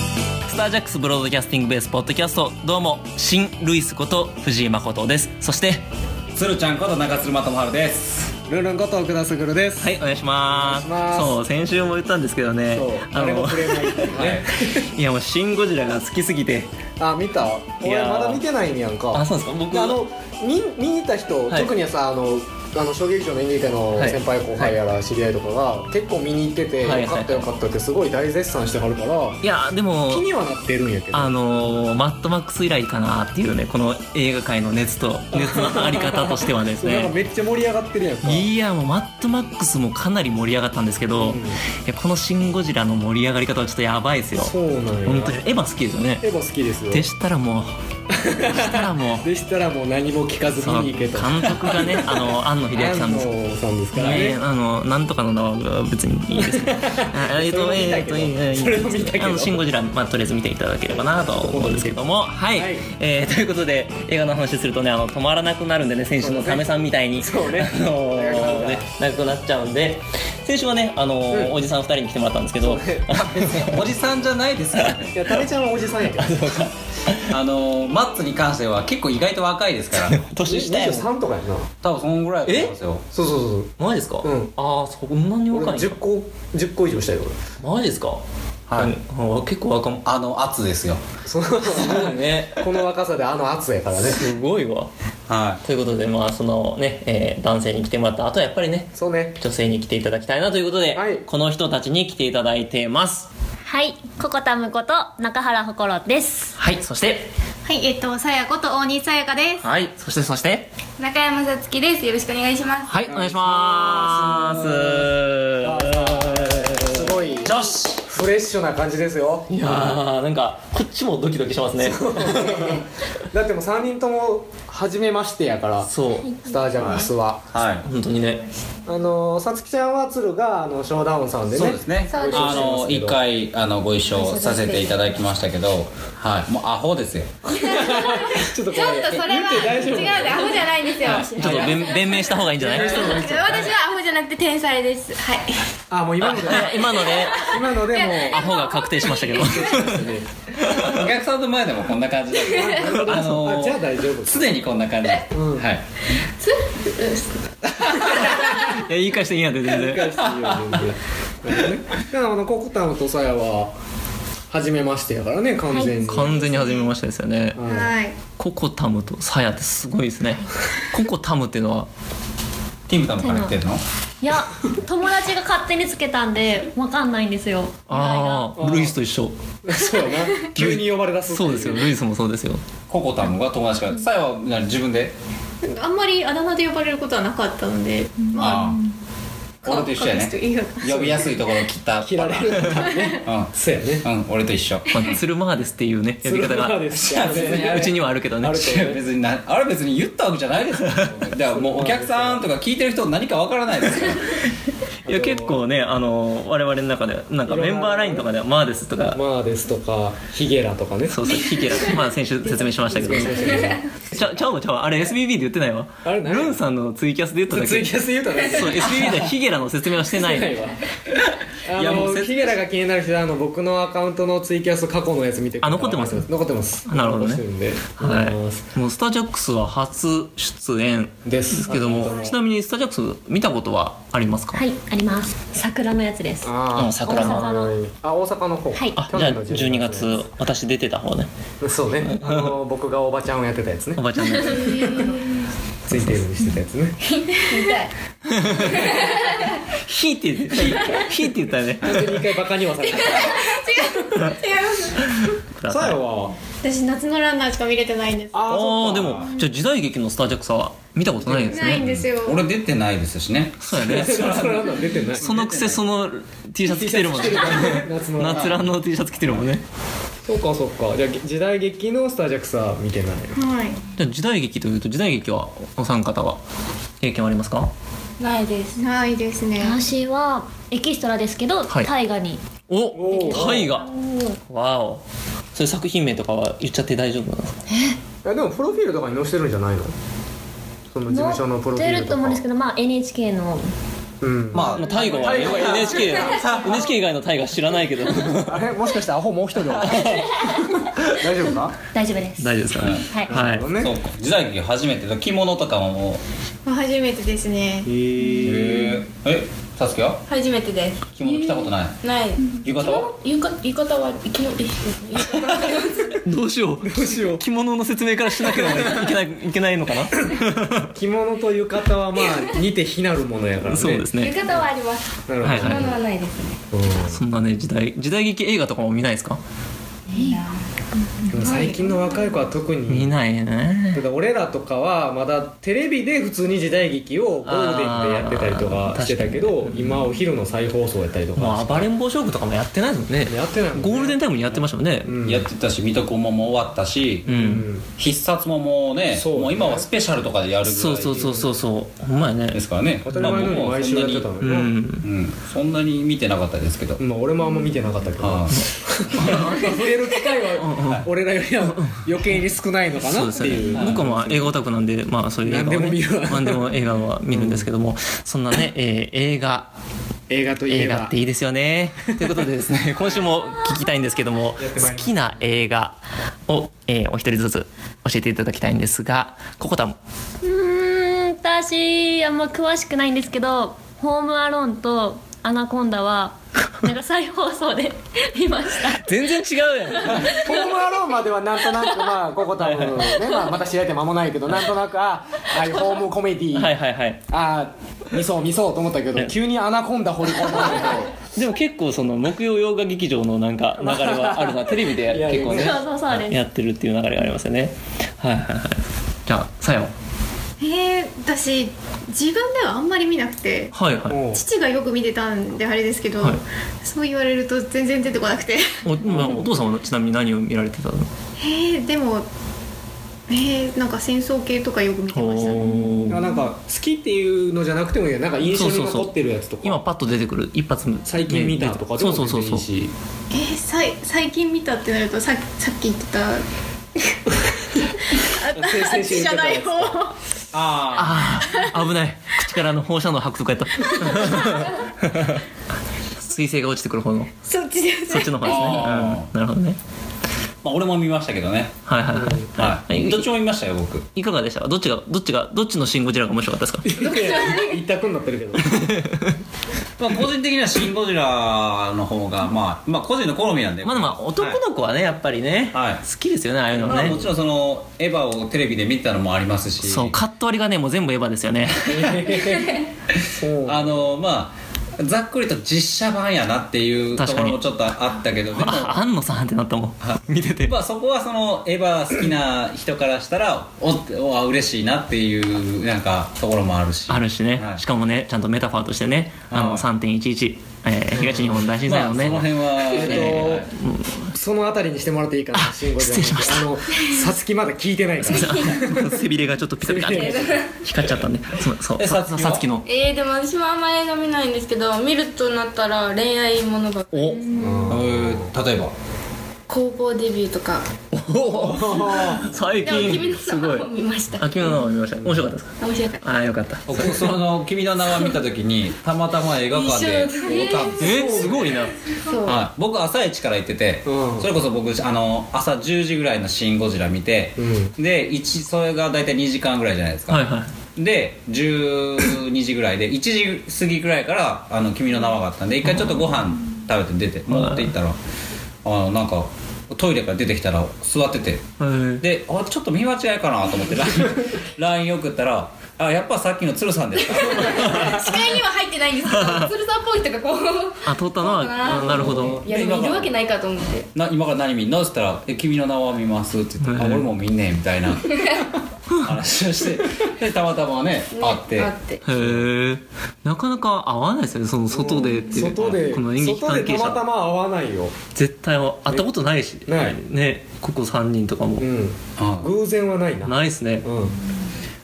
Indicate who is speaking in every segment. Speaker 1: ージャックスブロードキャスティングベースポッドキャストどうも新ルイスこと藤井誠ですそして
Speaker 2: 鶴ちゃんこと中鶴まともはるです
Speaker 3: ルンルンこと奥田卓です、
Speaker 1: はいお願いします
Speaker 3: お願いします
Speaker 1: そう先週も言ったんですけどね
Speaker 3: そうあれもプレイないっていうね、
Speaker 1: いやもう「シン・ゴジラ」が好きすぎて
Speaker 3: あ見た
Speaker 1: い
Speaker 3: 俺
Speaker 1: やー
Speaker 3: まだ見てないんやんか
Speaker 1: あそうですか僕
Speaker 3: であの見見に行った人、
Speaker 1: はい
Speaker 3: 特にはさあのあの小劇場の演劇界の
Speaker 1: はい
Speaker 3: 先輩後輩やら知り合いとかが結構見に行ってて、
Speaker 1: はい
Speaker 3: よかったよかったってすごい大絶賛してはるから、
Speaker 1: いやでも
Speaker 3: 気にはなってるんやけど
Speaker 1: あのーマッドマックス以来かなっていうねこの映画界の熱 と熱のあり方としてはです
Speaker 3: そうなんか
Speaker 1: ね
Speaker 3: めっちゃ盛り上がってるやんか
Speaker 1: いやもうマッドマックスもかなり盛り上がったんですけど、
Speaker 3: うん
Speaker 1: いやこの「シン・ゴジラ」の盛り上がり方はちょっとやばいですよ
Speaker 3: そうなんや
Speaker 1: 本当にエヴァ好きですよね
Speaker 3: エヴァ好きですよ
Speaker 1: でしたらもうでしたらも う
Speaker 3: でしたらもう何も聞かず
Speaker 1: その
Speaker 3: 見に
Speaker 1: 監
Speaker 3: 行けと
Speaker 1: 督がねあの庵野秀明さんです
Speaker 3: 安野さんですからね
Speaker 1: ねあのなんとかの名は別にいい ですね。あえっ
Speaker 3: そ
Speaker 1: と
Speaker 3: れを見
Speaker 1: え
Speaker 3: た
Speaker 1: っ
Speaker 3: け
Speaker 1: と
Speaker 3: ど
Speaker 1: えっと
Speaker 3: それを見たけど
Speaker 1: あのシンゴジラまあとりあえず見ていただければなと思うんですけども、はい、
Speaker 3: はい
Speaker 1: えーということで映画の話するとねあの止まらなくなるんでね先週の
Speaker 3: そうね
Speaker 1: サメさんみたいに
Speaker 3: そうね
Speaker 1: あの
Speaker 3: 長くなる
Speaker 1: ー
Speaker 3: から
Speaker 1: ねなくなっちゃうんで先週はねあのー
Speaker 3: うん
Speaker 1: おじさん二人に来てもらったんですけど、
Speaker 2: おじさんじゃないですからね
Speaker 3: いやタレちゃんはおじさんやけど
Speaker 2: あのマッツに関しては結構意外と若いですから
Speaker 1: 年下やもん。
Speaker 3: 23とかやな
Speaker 2: 多分そのぐらいだと思いますよ
Speaker 3: そうそうそう
Speaker 1: マジですか？
Speaker 3: うん
Speaker 1: ああそんなに
Speaker 3: そう俺
Speaker 1: 若いんだ
Speaker 3: 10個10個以上したよ俺
Speaker 1: マジですか？
Speaker 2: はい
Speaker 1: うんあ結構若も
Speaker 2: あの圧ですよ
Speaker 3: その
Speaker 1: すごい ね。
Speaker 3: この若さであの熱やからね
Speaker 1: すごいわ。
Speaker 2: は
Speaker 1: ということでまあそのね、えー男性に来てもらったあとはやっぱりね
Speaker 3: そうね
Speaker 1: 女性に来ていただきたいなということで、
Speaker 3: はい
Speaker 1: この人たちに来ていただいてます
Speaker 4: はい、ココタムこと中原ほころです。
Speaker 1: はいそして
Speaker 5: はい、えっと、さやこと大西さやかで
Speaker 1: はいそしてそして
Speaker 5: す。中山さつきです。よろしくお願いします。
Speaker 1: はいお願いします
Speaker 3: すごい
Speaker 1: よし
Speaker 3: フレッシュな感じで すよ
Speaker 1: いやーなんかこっちもドキドキしますね
Speaker 3: だってもう3人とも初めましてやから
Speaker 1: そう
Speaker 3: スタージャックスは、
Speaker 2: はい
Speaker 1: 本当にね
Speaker 3: あのーさつきちゃんは鶴があのショーダウンさんでね
Speaker 2: そうですね
Speaker 5: そうです
Speaker 2: あの一回あのご一緒させていただきましたけどはいもうアホですよ
Speaker 3: ちょっとこ
Speaker 5: ちょっと
Speaker 3: れ
Speaker 5: そ
Speaker 3: 言
Speaker 5: れは
Speaker 3: って
Speaker 5: 違
Speaker 3: 大
Speaker 5: う
Speaker 3: 丈夫
Speaker 5: で、アホじゃないんですよ。私
Speaker 1: ちょっと弁弁明した方がいいんじゃない
Speaker 5: はアホじゃなくて天才です。はい。
Speaker 3: あもう今ので
Speaker 1: 今ので
Speaker 3: 今のでも
Speaker 1: アホが確定しま したけど
Speaker 2: お客さんの前でもこんな感じだけどあ
Speaker 3: う
Speaker 2: の
Speaker 3: あじゃあ大丈 夫
Speaker 2: すでにこんな感じです
Speaker 3: うん
Speaker 2: はい
Speaker 1: いや言い返していいんやで全然
Speaker 3: 理解してるよ全然なるほどねだからあのココタムとさやは初めましてやからね完全に、
Speaker 1: 完全に初めましてですよね
Speaker 3: うん
Speaker 5: はい。
Speaker 1: ココタムとサヤってすごいですねココタムっていうのは
Speaker 2: ティムタムから来てるの
Speaker 4: いや、友達が勝手につけたんで、わかんないんですよ。
Speaker 1: ああルイスと一緒
Speaker 3: そうやな急に呼ばれ出すってい
Speaker 1: そうですよルイスもそうですよ
Speaker 2: ココタムが友達からさやは何自分で
Speaker 5: あんまりあだ名で呼ばれることはなかったので、
Speaker 2: ああ俺と一緒や
Speaker 5: かっこい
Speaker 2: ね
Speaker 5: いよ
Speaker 2: 呼びやすいところ切った
Speaker 3: 切られるんだね
Speaker 2: う
Speaker 3: そうやね
Speaker 2: ん、うん、俺と一緒
Speaker 1: まあ、 ツルマーデスっていうね呼び方
Speaker 3: そう
Speaker 1: が
Speaker 3: で
Speaker 1: う
Speaker 3: すよね
Speaker 1: ちにはあるけどね
Speaker 3: ある
Speaker 2: いや 別になあれ別に言ったわけじゃないですよだからもうお客さんとか聞いてる人何かわからない ですよ
Speaker 1: いや結構ねあの我々の中でなんかメンバーラインとかではマーデスとか
Speaker 3: マーですとかヒゲラとかね
Speaker 1: そうそうヒケラ まあ先週説明しましたけどちゃちゃうわちゃうわあれ SBB で言ってないわ
Speaker 3: あれ何
Speaker 1: ルンさんのツイキャスで言 っただ
Speaker 3: ツイ
Speaker 1: け
Speaker 3: キャス言うたら
Speaker 1: そう SBB ではヒゲラの説明はしてない
Speaker 3: ないわあ
Speaker 1: いやもう
Speaker 3: のヒゲラが気になる人はあの僕のアカウントのツイキャス過去のやつ見てくれたら
Speaker 1: あ残ってます
Speaker 3: 残ってます
Speaker 1: なるほどね
Speaker 3: 残ってんで
Speaker 1: は、い、もうスタージャックスは初出演
Speaker 3: で
Speaker 1: ですすけどもちなみにスタージャックス見たことはありますか、
Speaker 4: はい、あります。桜のやつです。
Speaker 3: あ
Speaker 1: う
Speaker 3: あ
Speaker 1: ん桜の
Speaker 3: あ大阪の方
Speaker 4: はい
Speaker 1: あ
Speaker 3: 去
Speaker 1: じゃあ
Speaker 3: 年の
Speaker 1: 12月私出てた方ね
Speaker 3: そうねあの僕がおばちゃんをやってたやつね
Speaker 1: おばちゃんのやつ
Speaker 3: ツイテールにしてたや つね
Speaker 1: ひーって言ってひーって言ったよね
Speaker 3: 完全に一回バカにはされたさやは
Speaker 5: 私夏のランナーしか見れてないんです。
Speaker 3: あ
Speaker 1: あ
Speaker 3: そ
Speaker 1: あ
Speaker 3: う
Speaker 1: で
Speaker 3: か
Speaker 1: もじゃあ時代劇のスタージャックスは見たことないです
Speaker 5: ないん
Speaker 1: ね
Speaker 5: ですよ。
Speaker 2: 俺出てないですしね
Speaker 1: そうやね
Speaker 3: それはなんだ出てない
Speaker 1: そのくせその T シャツ着てるもんね
Speaker 3: 夏の
Speaker 1: 夏ランの T シャツ着てるもんね
Speaker 3: そうかそうかじゃあ時代劇のスタージャックスは見てない
Speaker 5: はい。
Speaker 1: じゃあ時代劇というと時代劇はお三方は経験はありますか
Speaker 4: ないです。
Speaker 5: ないですね。
Speaker 4: 私はエキストラですけど、
Speaker 1: はい
Speaker 4: 大河に。
Speaker 1: お
Speaker 3: おー
Speaker 1: 大河わおそれ作品名とかは言っちゃって大丈夫なんですか
Speaker 3: いやでもプロフィールとかに載せてるんじゃないのその事務所のプロフィール
Speaker 4: 出ると思うんですけど、まあ NHK の
Speaker 3: うん
Speaker 6: まあ、
Speaker 7: 大河は NHK NHK 以外の大河知らないけど
Speaker 6: あれもしかしてアホもう一人は 大丈夫か
Speaker 7: 大丈夫です
Speaker 1: 大丈夫ですかね
Speaker 7: はい
Speaker 1: はい
Speaker 3: ね
Speaker 2: そうか時代劇初めてだ着物とかももう
Speaker 5: まあ初めてですね
Speaker 2: へええサスケは
Speaker 5: 初めてです
Speaker 2: 着物着たことない
Speaker 5: ない
Speaker 2: 浴衣は
Speaker 5: 言い方言い方は生きの
Speaker 1: どうしよう
Speaker 3: どうしよう
Speaker 1: 着物の説明からしなければいけないいけないのかな
Speaker 3: 着物と浴衣はまあ似て非なるものやから ね
Speaker 1: そうですね
Speaker 5: 言い方はあります
Speaker 3: なるほど、
Speaker 1: はいは
Speaker 7: 今の
Speaker 1: い
Speaker 7: はないですね
Speaker 1: そんなね時代時代劇映画とかも見ないですか
Speaker 3: でも最近の若い子は特
Speaker 1: 見
Speaker 3: に
Speaker 1: ないね
Speaker 3: だから俺らとかはまだテレビで普通に時代劇をゴールデンでやってたりとかしてたけど今お昼の再放送やったりと
Speaker 1: も
Speaker 3: か
Speaker 1: う暴れん坊将軍とかもやってないですもんね
Speaker 3: やってないもんね
Speaker 1: ゴールデンタイムにやってましたもんね
Speaker 3: うん
Speaker 2: やってたし水戸黄門も終わったし、
Speaker 1: う
Speaker 3: うんん
Speaker 2: 必殺ももうね
Speaker 3: そうね
Speaker 2: もう今はスペシャルとかでやるぐらい
Speaker 1: そうそうそうそうそうほんまやね
Speaker 2: ですからね
Speaker 3: 当たり前のように毎週やってたの
Speaker 2: まあ僕もそんなに
Speaker 1: うん
Speaker 3: よな、
Speaker 2: うん、そんなに見てなかったですけど、
Speaker 3: まあ、俺もあんま見てなかったけど、
Speaker 2: は
Speaker 3: 触れる機会は俺らよりは余計に少ないのか
Speaker 1: そう
Speaker 3: な
Speaker 1: で
Speaker 3: っ
Speaker 1: す
Speaker 3: ていう
Speaker 1: ね、僕はまあ映画オタクなんで、まあ、そういう映画を、ね、
Speaker 3: 何でも見るわ
Speaker 1: 何でも映画は見るんですけども、そんな ね、えー映画
Speaker 3: 映画とい
Speaker 1: 映
Speaker 3: え
Speaker 1: 画
Speaker 3: ば
Speaker 1: っていいですよねということでです ね今週も聞きたいんですけども
Speaker 3: やってまいりました
Speaker 1: 好きな映画を、えーお一人ずつ教えていただきたいんですがここたも
Speaker 4: うーん私あんま詳しくないんですけど「ホームアローン」と「アナコンダは」なんか再放送で見 ました
Speaker 1: 全然違うやん
Speaker 6: ホームアローンまではなんとなくまあここ多分ね、まあ、また知られて間もないけどなんとなくああいうホームコメディ
Speaker 1: はいはいはい
Speaker 6: あー見そう見そうと思ったけど急にアナコンダ掘り込んだ
Speaker 1: でも結構その木曜洋画劇場のなんか流れはあ るなテレビで
Speaker 6: いやいや
Speaker 1: 結構
Speaker 4: そう
Speaker 1: ね
Speaker 4: そうそうです
Speaker 1: やってるっていう流れがありますよねはいはいはいじゃあさよ
Speaker 5: えー、私自分ではあんまり見なくて
Speaker 1: はいはい
Speaker 3: もう
Speaker 5: 父がよく見てたんであれですけど、
Speaker 1: はい
Speaker 5: そう言われると全然出てこなくて
Speaker 1: お,、まあ、お父さんはちなみに何を見られてたの
Speaker 5: えー、でもえー、なんか戦争系とかよく見てましたね
Speaker 1: おー
Speaker 3: なんか好きっていうのじゃなくてもいいやなんか印象に残ってるやつとか
Speaker 1: 今パッと出てくる一発目
Speaker 3: 最近見たとかでも
Speaker 1: そうそう
Speaker 3: 全然
Speaker 1: そ
Speaker 3: いうい
Speaker 1: そう
Speaker 3: し
Speaker 5: えー、さい最近見たってなるとささっき言ってた あ あっちじゃない方
Speaker 2: あ
Speaker 1: ああ危ない口からの放射能吐くとかやった水星が落ちてくる方の
Speaker 5: そっちです
Speaker 1: そっちの方ですね、
Speaker 2: あ
Speaker 1: うんなるほどね
Speaker 2: あまあ俺も見ましたけどね、
Speaker 1: はいはいはい、
Speaker 2: はい
Speaker 1: はい
Speaker 2: どっちも見ましたよ僕
Speaker 1: いかがでしたかどっちがどっちがどっちのシン・ゴジラが面白かったですか
Speaker 3: 一択になってるけど
Speaker 2: まあ個人的には「シン・ゴジラ」の方がまあまあ個人の好みなんで
Speaker 1: まあでもまあ男の子はねやっぱりね、
Speaker 2: はい
Speaker 1: 好きですよねああいうの
Speaker 2: まあ、
Speaker 1: ね
Speaker 2: もちろんそのエヴァをテレビで見てたのもありますし
Speaker 1: そうカット割りがねもう全部エヴァですよ ね
Speaker 3: そう
Speaker 2: あのまあざっくりと実写版やなっていうと
Speaker 1: 確
Speaker 2: こ
Speaker 1: かに
Speaker 2: ろもちょっとあったけどで も
Speaker 1: あ安野さんってなったもん見てて
Speaker 2: まあそこはそのエヴァ好きな人からしたらおっておあ嬉しいなっていうなんかところもあるし
Speaker 1: あるしね、
Speaker 2: はい
Speaker 1: しかもねちゃんとメタファーとしてねあ
Speaker 2: は
Speaker 1: の
Speaker 2: い
Speaker 1: 3.11、えー東日本大震災
Speaker 2: ま
Speaker 1: の
Speaker 2: あそ
Speaker 1: ね、
Speaker 2: の辺は
Speaker 3: え
Speaker 2: え
Speaker 3: っとそのあたりにしてもらっていいかな慎吾ちゃん
Speaker 1: 失礼しました
Speaker 3: あのさつきまだ聞いてないか ら
Speaker 1: 背びれがちょっとピカピカって光っちゃったんでそうそう
Speaker 2: え
Speaker 1: さ
Speaker 2: さつきは
Speaker 1: さつきの
Speaker 8: えー、でも私もあんま映画見ないんですけど見るとなったら恋愛ものばっかり
Speaker 1: お
Speaker 2: ー例えば
Speaker 8: 高校デビューとか
Speaker 1: 最
Speaker 8: でも君
Speaker 1: 近
Speaker 8: の
Speaker 1: すごい
Speaker 8: 名を見ました
Speaker 1: あ君の名前見ました面白かったです
Speaker 8: 面白かった
Speaker 1: かああよかった
Speaker 2: 僕その「君の名は」見た時にたまたま映画館で見たんです
Speaker 1: えすごいな
Speaker 2: はい、僕朝一から行ってて、
Speaker 3: うん
Speaker 2: それこそ僕あの朝10時ぐらいの「シン・ゴジラ」見て、
Speaker 3: う
Speaker 2: で一それが大体2時間ぐらいじゃないですか、
Speaker 1: はいはい
Speaker 2: で12時ぐらいで1時過ぎぐらいから「あの君の名は」があったんで一回ちょっとご飯食べて出て戻って行ったら、あのなんかトイレから出てきたら座ってて
Speaker 1: はい
Speaker 2: であちょっと見間違いかなと思って LINE LINE 送ったら「あやっぱさっきの鶴さんですか?」
Speaker 8: 視界には入ってないんですけど鶴さんっぽい人がこう
Speaker 1: あ通ったのはあなるほど
Speaker 8: いやでもいるわけないかと思って
Speaker 2: な今から何見んのって言ったらえ「君の名は見ます」って言って「あ
Speaker 1: うん
Speaker 2: 俺も見んねん」みたいな話をしてでたまたまね会って
Speaker 8: あって
Speaker 1: へえなかなか合わないですよねその外でっていう
Speaker 3: 外で
Speaker 1: この演劇
Speaker 3: 外で
Speaker 1: 関
Speaker 3: た
Speaker 1: 係
Speaker 3: ま
Speaker 1: 者
Speaker 3: たま会わないよ
Speaker 1: 絶対は会ったことないし
Speaker 3: ない
Speaker 1: ねここ3人とかも
Speaker 3: うん
Speaker 2: あ
Speaker 3: 偶然はないな
Speaker 1: ないですね
Speaker 3: うん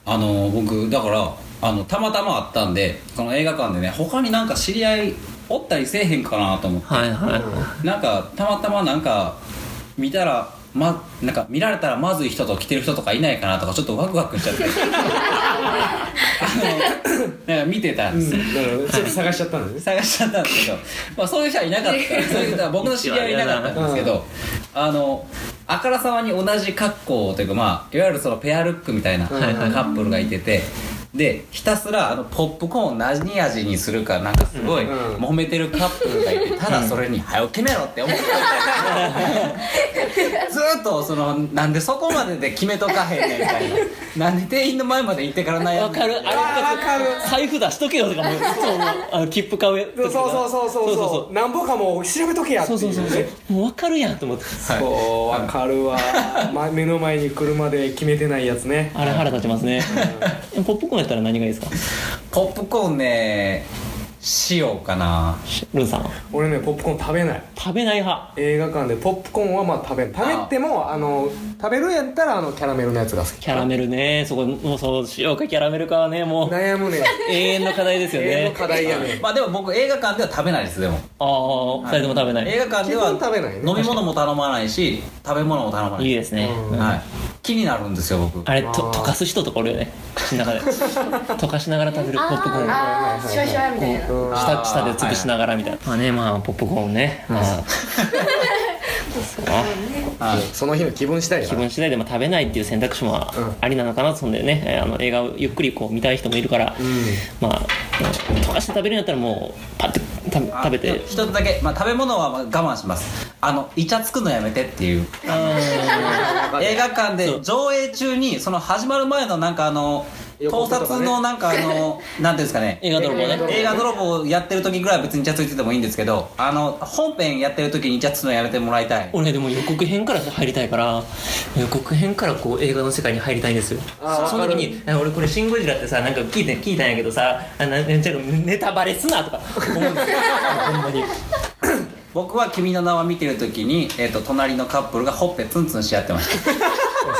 Speaker 2: あの僕だからあのたまたま会ったんでこの映画館でね他になんか知り合いおったりせえへんかなと思って、
Speaker 1: はいは
Speaker 2: なんかたまたまなんか見たらま、なんか見られたらまずい人と来てる人とかいないかなとかちょっとワクワクしちゃってあのから見てたん
Speaker 9: う
Speaker 2: で
Speaker 9: ん、
Speaker 2: す
Speaker 9: なるほどちょっと探しちゃったんですね
Speaker 2: 探しちゃったんですけど、まあ、そういう人はいなかったそういう人は僕の知り合いはいなかったんですけど、あのあからさまに同じ格好というか、まあ、いわゆるそのペアルックみたいなカ
Speaker 10: はいはい
Speaker 2: ップルがいてて。でひたすらあのポップコーンを何味にするかなんかすごい
Speaker 9: うん
Speaker 2: 揉めてるカップルがいてただそれに「早起きめろ」って思ってずーっとそのなんでそこまでで決めとかへんねんみたいななんで店員の前まで行ってからない
Speaker 1: わかるあれ
Speaker 9: わかる
Speaker 1: 財布出しとけ よとかもういつも思うあの切符買う
Speaker 9: そうそうそうそう
Speaker 1: そう
Speaker 9: そうなんぼかも調べとけやって
Speaker 1: そ
Speaker 9: いうう
Speaker 1: そ
Speaker 9: ね
Speaker 1: うそうそうもうわかるやんと思って
Speaker 9: そうわかるわ、 ま、目の前に車で決めてないやつね
Speaker 1: あれ腹立ちますねポップコーンやったら何がいいですか
Speaker 2: ポップコーンね塩かな
Speaker 1: ルンさんは
Speaker 9: 俺ねポップコーン食べない
Speaker 1: 食べない派
Speaker 9: 映画館でポップコーンはまあ食べん食べてもあの食べるんやったらあのキャラメルのやつが好き
Speaker 1: キャラメルねそこもうそうしようかキャラメルかはねもう
Speaker 9: 悩むねん
Speaker 1: 永遠の課題ですよ
Speaker 9: 永遠の
Speaker 1: ね
Speaker 9: 課題やねん
Speaker 2: まあでも僕映画館では食べないですでも
Speaker 1: ああ2人とも食べない
Speaker 2: 映画館では
Speaker 9: 基本食べないね
Speaker 2: 飲み物も頼まないし食べ物も頼まない
Speaker 1: いいですね
Speaker 9: うん
Speaker 2: はい、気になるんですよ僕
Speaker 1: あれと
Speaker 9: あー
Speaker 1: 溶かす人とかおるよね口 の中で溶かしながら食べるポップコーン
Speaker 9: あ
Speaker 8: あ
Speaker 9: ー
Speaker 8: あ
Speaker 9: シ
Speaker 8: シ
Speaker 9: ュワ
Speaker 8: ュワ
Speaker 9: シ
Speaker 8: シ
Speaker 9: ュ
Speaker 8: ュワみたいな
Speaker 9: うん
Speaker 1: 下下で潰しながらみたいなまあねまあポップコーンねまあそうか
Speaker 2: はい
Speaker 9: その日の気分次第や
Speaker 1: 気
Speaker 9: な
Speaker 1: 分次第でも食べないっていう選択肢も
Speaker 9: うん
Speaker 1: ありなのかなそんでねえーあの映画をゆっくりこう見たい人もいるからまあ溶かして食べるんやったらもうパッてた食べ
Speaker 2: あ
Speaker 1: て
Speaker 2: 一つだけ、まあ、食べ物はまあ我慢しますあのイチャつくのやめてっていう映画館で上映中にその始まる前のなんかあの
Speaker 9: 予
Speaker 2: 盗
Speaker 9: 告とかね
Speaker 2: 撮のなんかあの なんていうんですかね
Speaker 1: 映画泥棒ね
Speaker 2: 映画泥棒やってる時ぐらいは別にイチャついててもいいんですけどあの本編やってる時にイチャつくのやめてもらいたい
Speaker 1: 俺でも予告編から入りたいから予告編からこう映画の世界に入りたいんですよ
Speaker 9: あー
Speaker 1: そその時にあ俺これ「シン・ゴジラ」ってさなんか聞いて聞いたんやけどさあなちょっとネタバレすなとか思うん ですよほんまに
Speaker 2: 僕は「君の名は」見てる時に、えー、と隣のカップルがほっぺツンツンし合ってました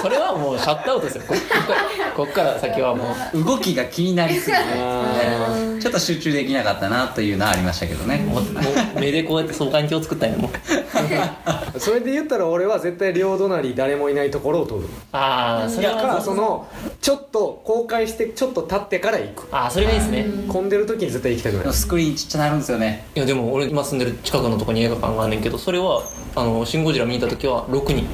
Speaker 1: それはもうシャットアウトですよここっからこっから先はもう
Speaker 2: 動きが気になりすぎて
Speaker 9: あ
Speaker 2: ちょっと集中できなかったなというのはありましたけどね
Speaker 1: もうもう目でこうやって双眼鏡を作ったんやもう
Speaker 9: ーそれで言ったら俺は絶対両隣誰もいないところを取る
Speaker 1: ああそれ
Speaker 9: だから
Speaker 1: は
Speaker 9: そのちょっと公開してちょっと経ってから行く
Speaker 1: ああそれがいいですね
Speaker 9: 混んでる時に絶対行きたくない
Speaker 2: スクリーンちっちゃなるんですよね
Speaker 1: いやでも俺今住んでる近くのとこに映画館があんねんけどそれはあの「シン・ゴジラ」見に行った時は6人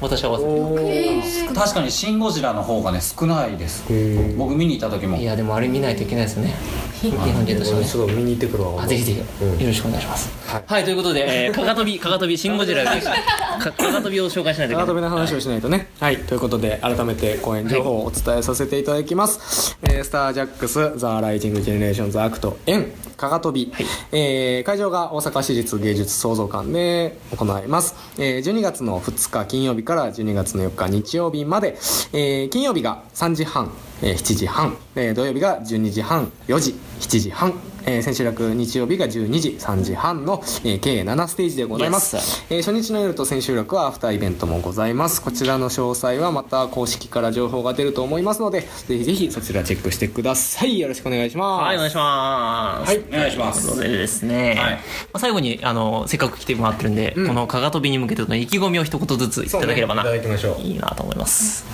Speaker 1: 私合わせて
Speaker 9: おー
Speaker 2: 確かに「シン・ゴジラ」の方がね少ないです
Speaker 9: へ
Speaker 2: 僕見に行った時も
Speaker 1: いやでもあれ見ないといけないですね日本人としてもね
Speaker 9: ちょっと見に行ってくるわ
Speaker 1: あぜひぜひ、
Speaker 9: うん
Speaker 1: よろしくお願いします。
Speaker 9: は
Speaker 1: はいい、ということで、え ー、かがとび、かがとび、シンゴジラが、かかがとびを紹介しないといけな
Speaker 3: 長飛
Speaker 1: い。
Speaker 3: びの話をしないとねはいということで改めて公演情報をお伝えさせていただきます、えースタージャックスザ・ライティング・ジェネレーションズ・アクト・エンかが飛び、えー会場が大阪市立芸術創造館で行います、えー12月の2日金曜日から12月の4日日曜日まで、えー金曜日が3時半、えー7時半、えー土曜日が12時半4時7時半、えー千秋楽日曜日が12時3時半の、えー計7ステージでございます、
Speaker 1: Yes, sir.
Speaker 3: えー初日の夜と千秋楽はアフターイベントもございますこちらの詳細はまた公式から情報が出ると思いますのでぜひぜひそちらチェックしてくださいよろしくお願いします
Speaker 1: はい、お願いします。
Speaker 3: はい
Speaker 2: お願いします
Speaker 1: ということでですね、
Speaker 2: はい
Speaker 1: まあ、最後にあのせっかく来てもらってるんで、このかがとびに向けての意気込みを一言ずついただければな、
Speaker 9: そうねいただきましょう
Speaker 1: いいなと思います、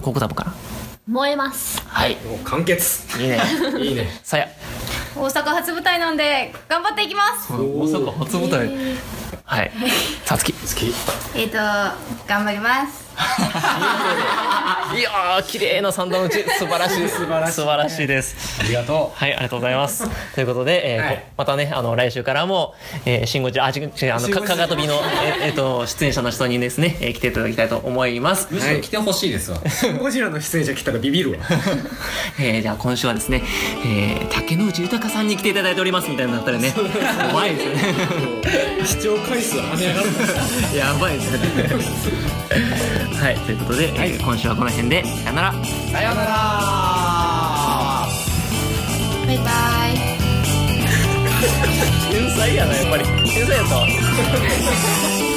Speaker 1: ここ多分から
Speaker 4: 燃えます
Speaker 1: はい
Speaker 9: もう完結
Speaker 1: いいね
Speaker 9: いいね
Speaker 1: さや
Speaker 8: 大阪初舞台なんで頑張っていきます
Speaker 1: 大阪初舞台はいさつき
Speaker 8: えっと頑張ります
Speaker 1: いやー綺麗な三段打ち素晴らしいです素晴らしい素晴らしいです
Speaker 2: ありがと
Speaker 1: はい、ありがとうございます。 ということで、えーこまたね、あの来週からも、えー、シンゴジラ、あ、違う、違うあの、か、かがとびの、えーえーと、出演者の人にですね、えー来ていただきたいと思います
Speaker 2: う。むしろ来てほしいですわ
Speaker 9: ゴジラの出演者来たらビビるわ
Speaker 1: えー、じゃあ、今週はですね、えー、竹野内豊さんに来ていただいておりますみたいになったらね。怖いですよね。
Speaker 9: 視聴回数跳ね上がる
Speaker 1: やばいですね。 はい、ということで、えー今週はこの辺で、さよなら。
Speaker 2: さようなら
Speaker 8: バイバイ
Speaker 1: 天才やな、やっぱり。天才やった。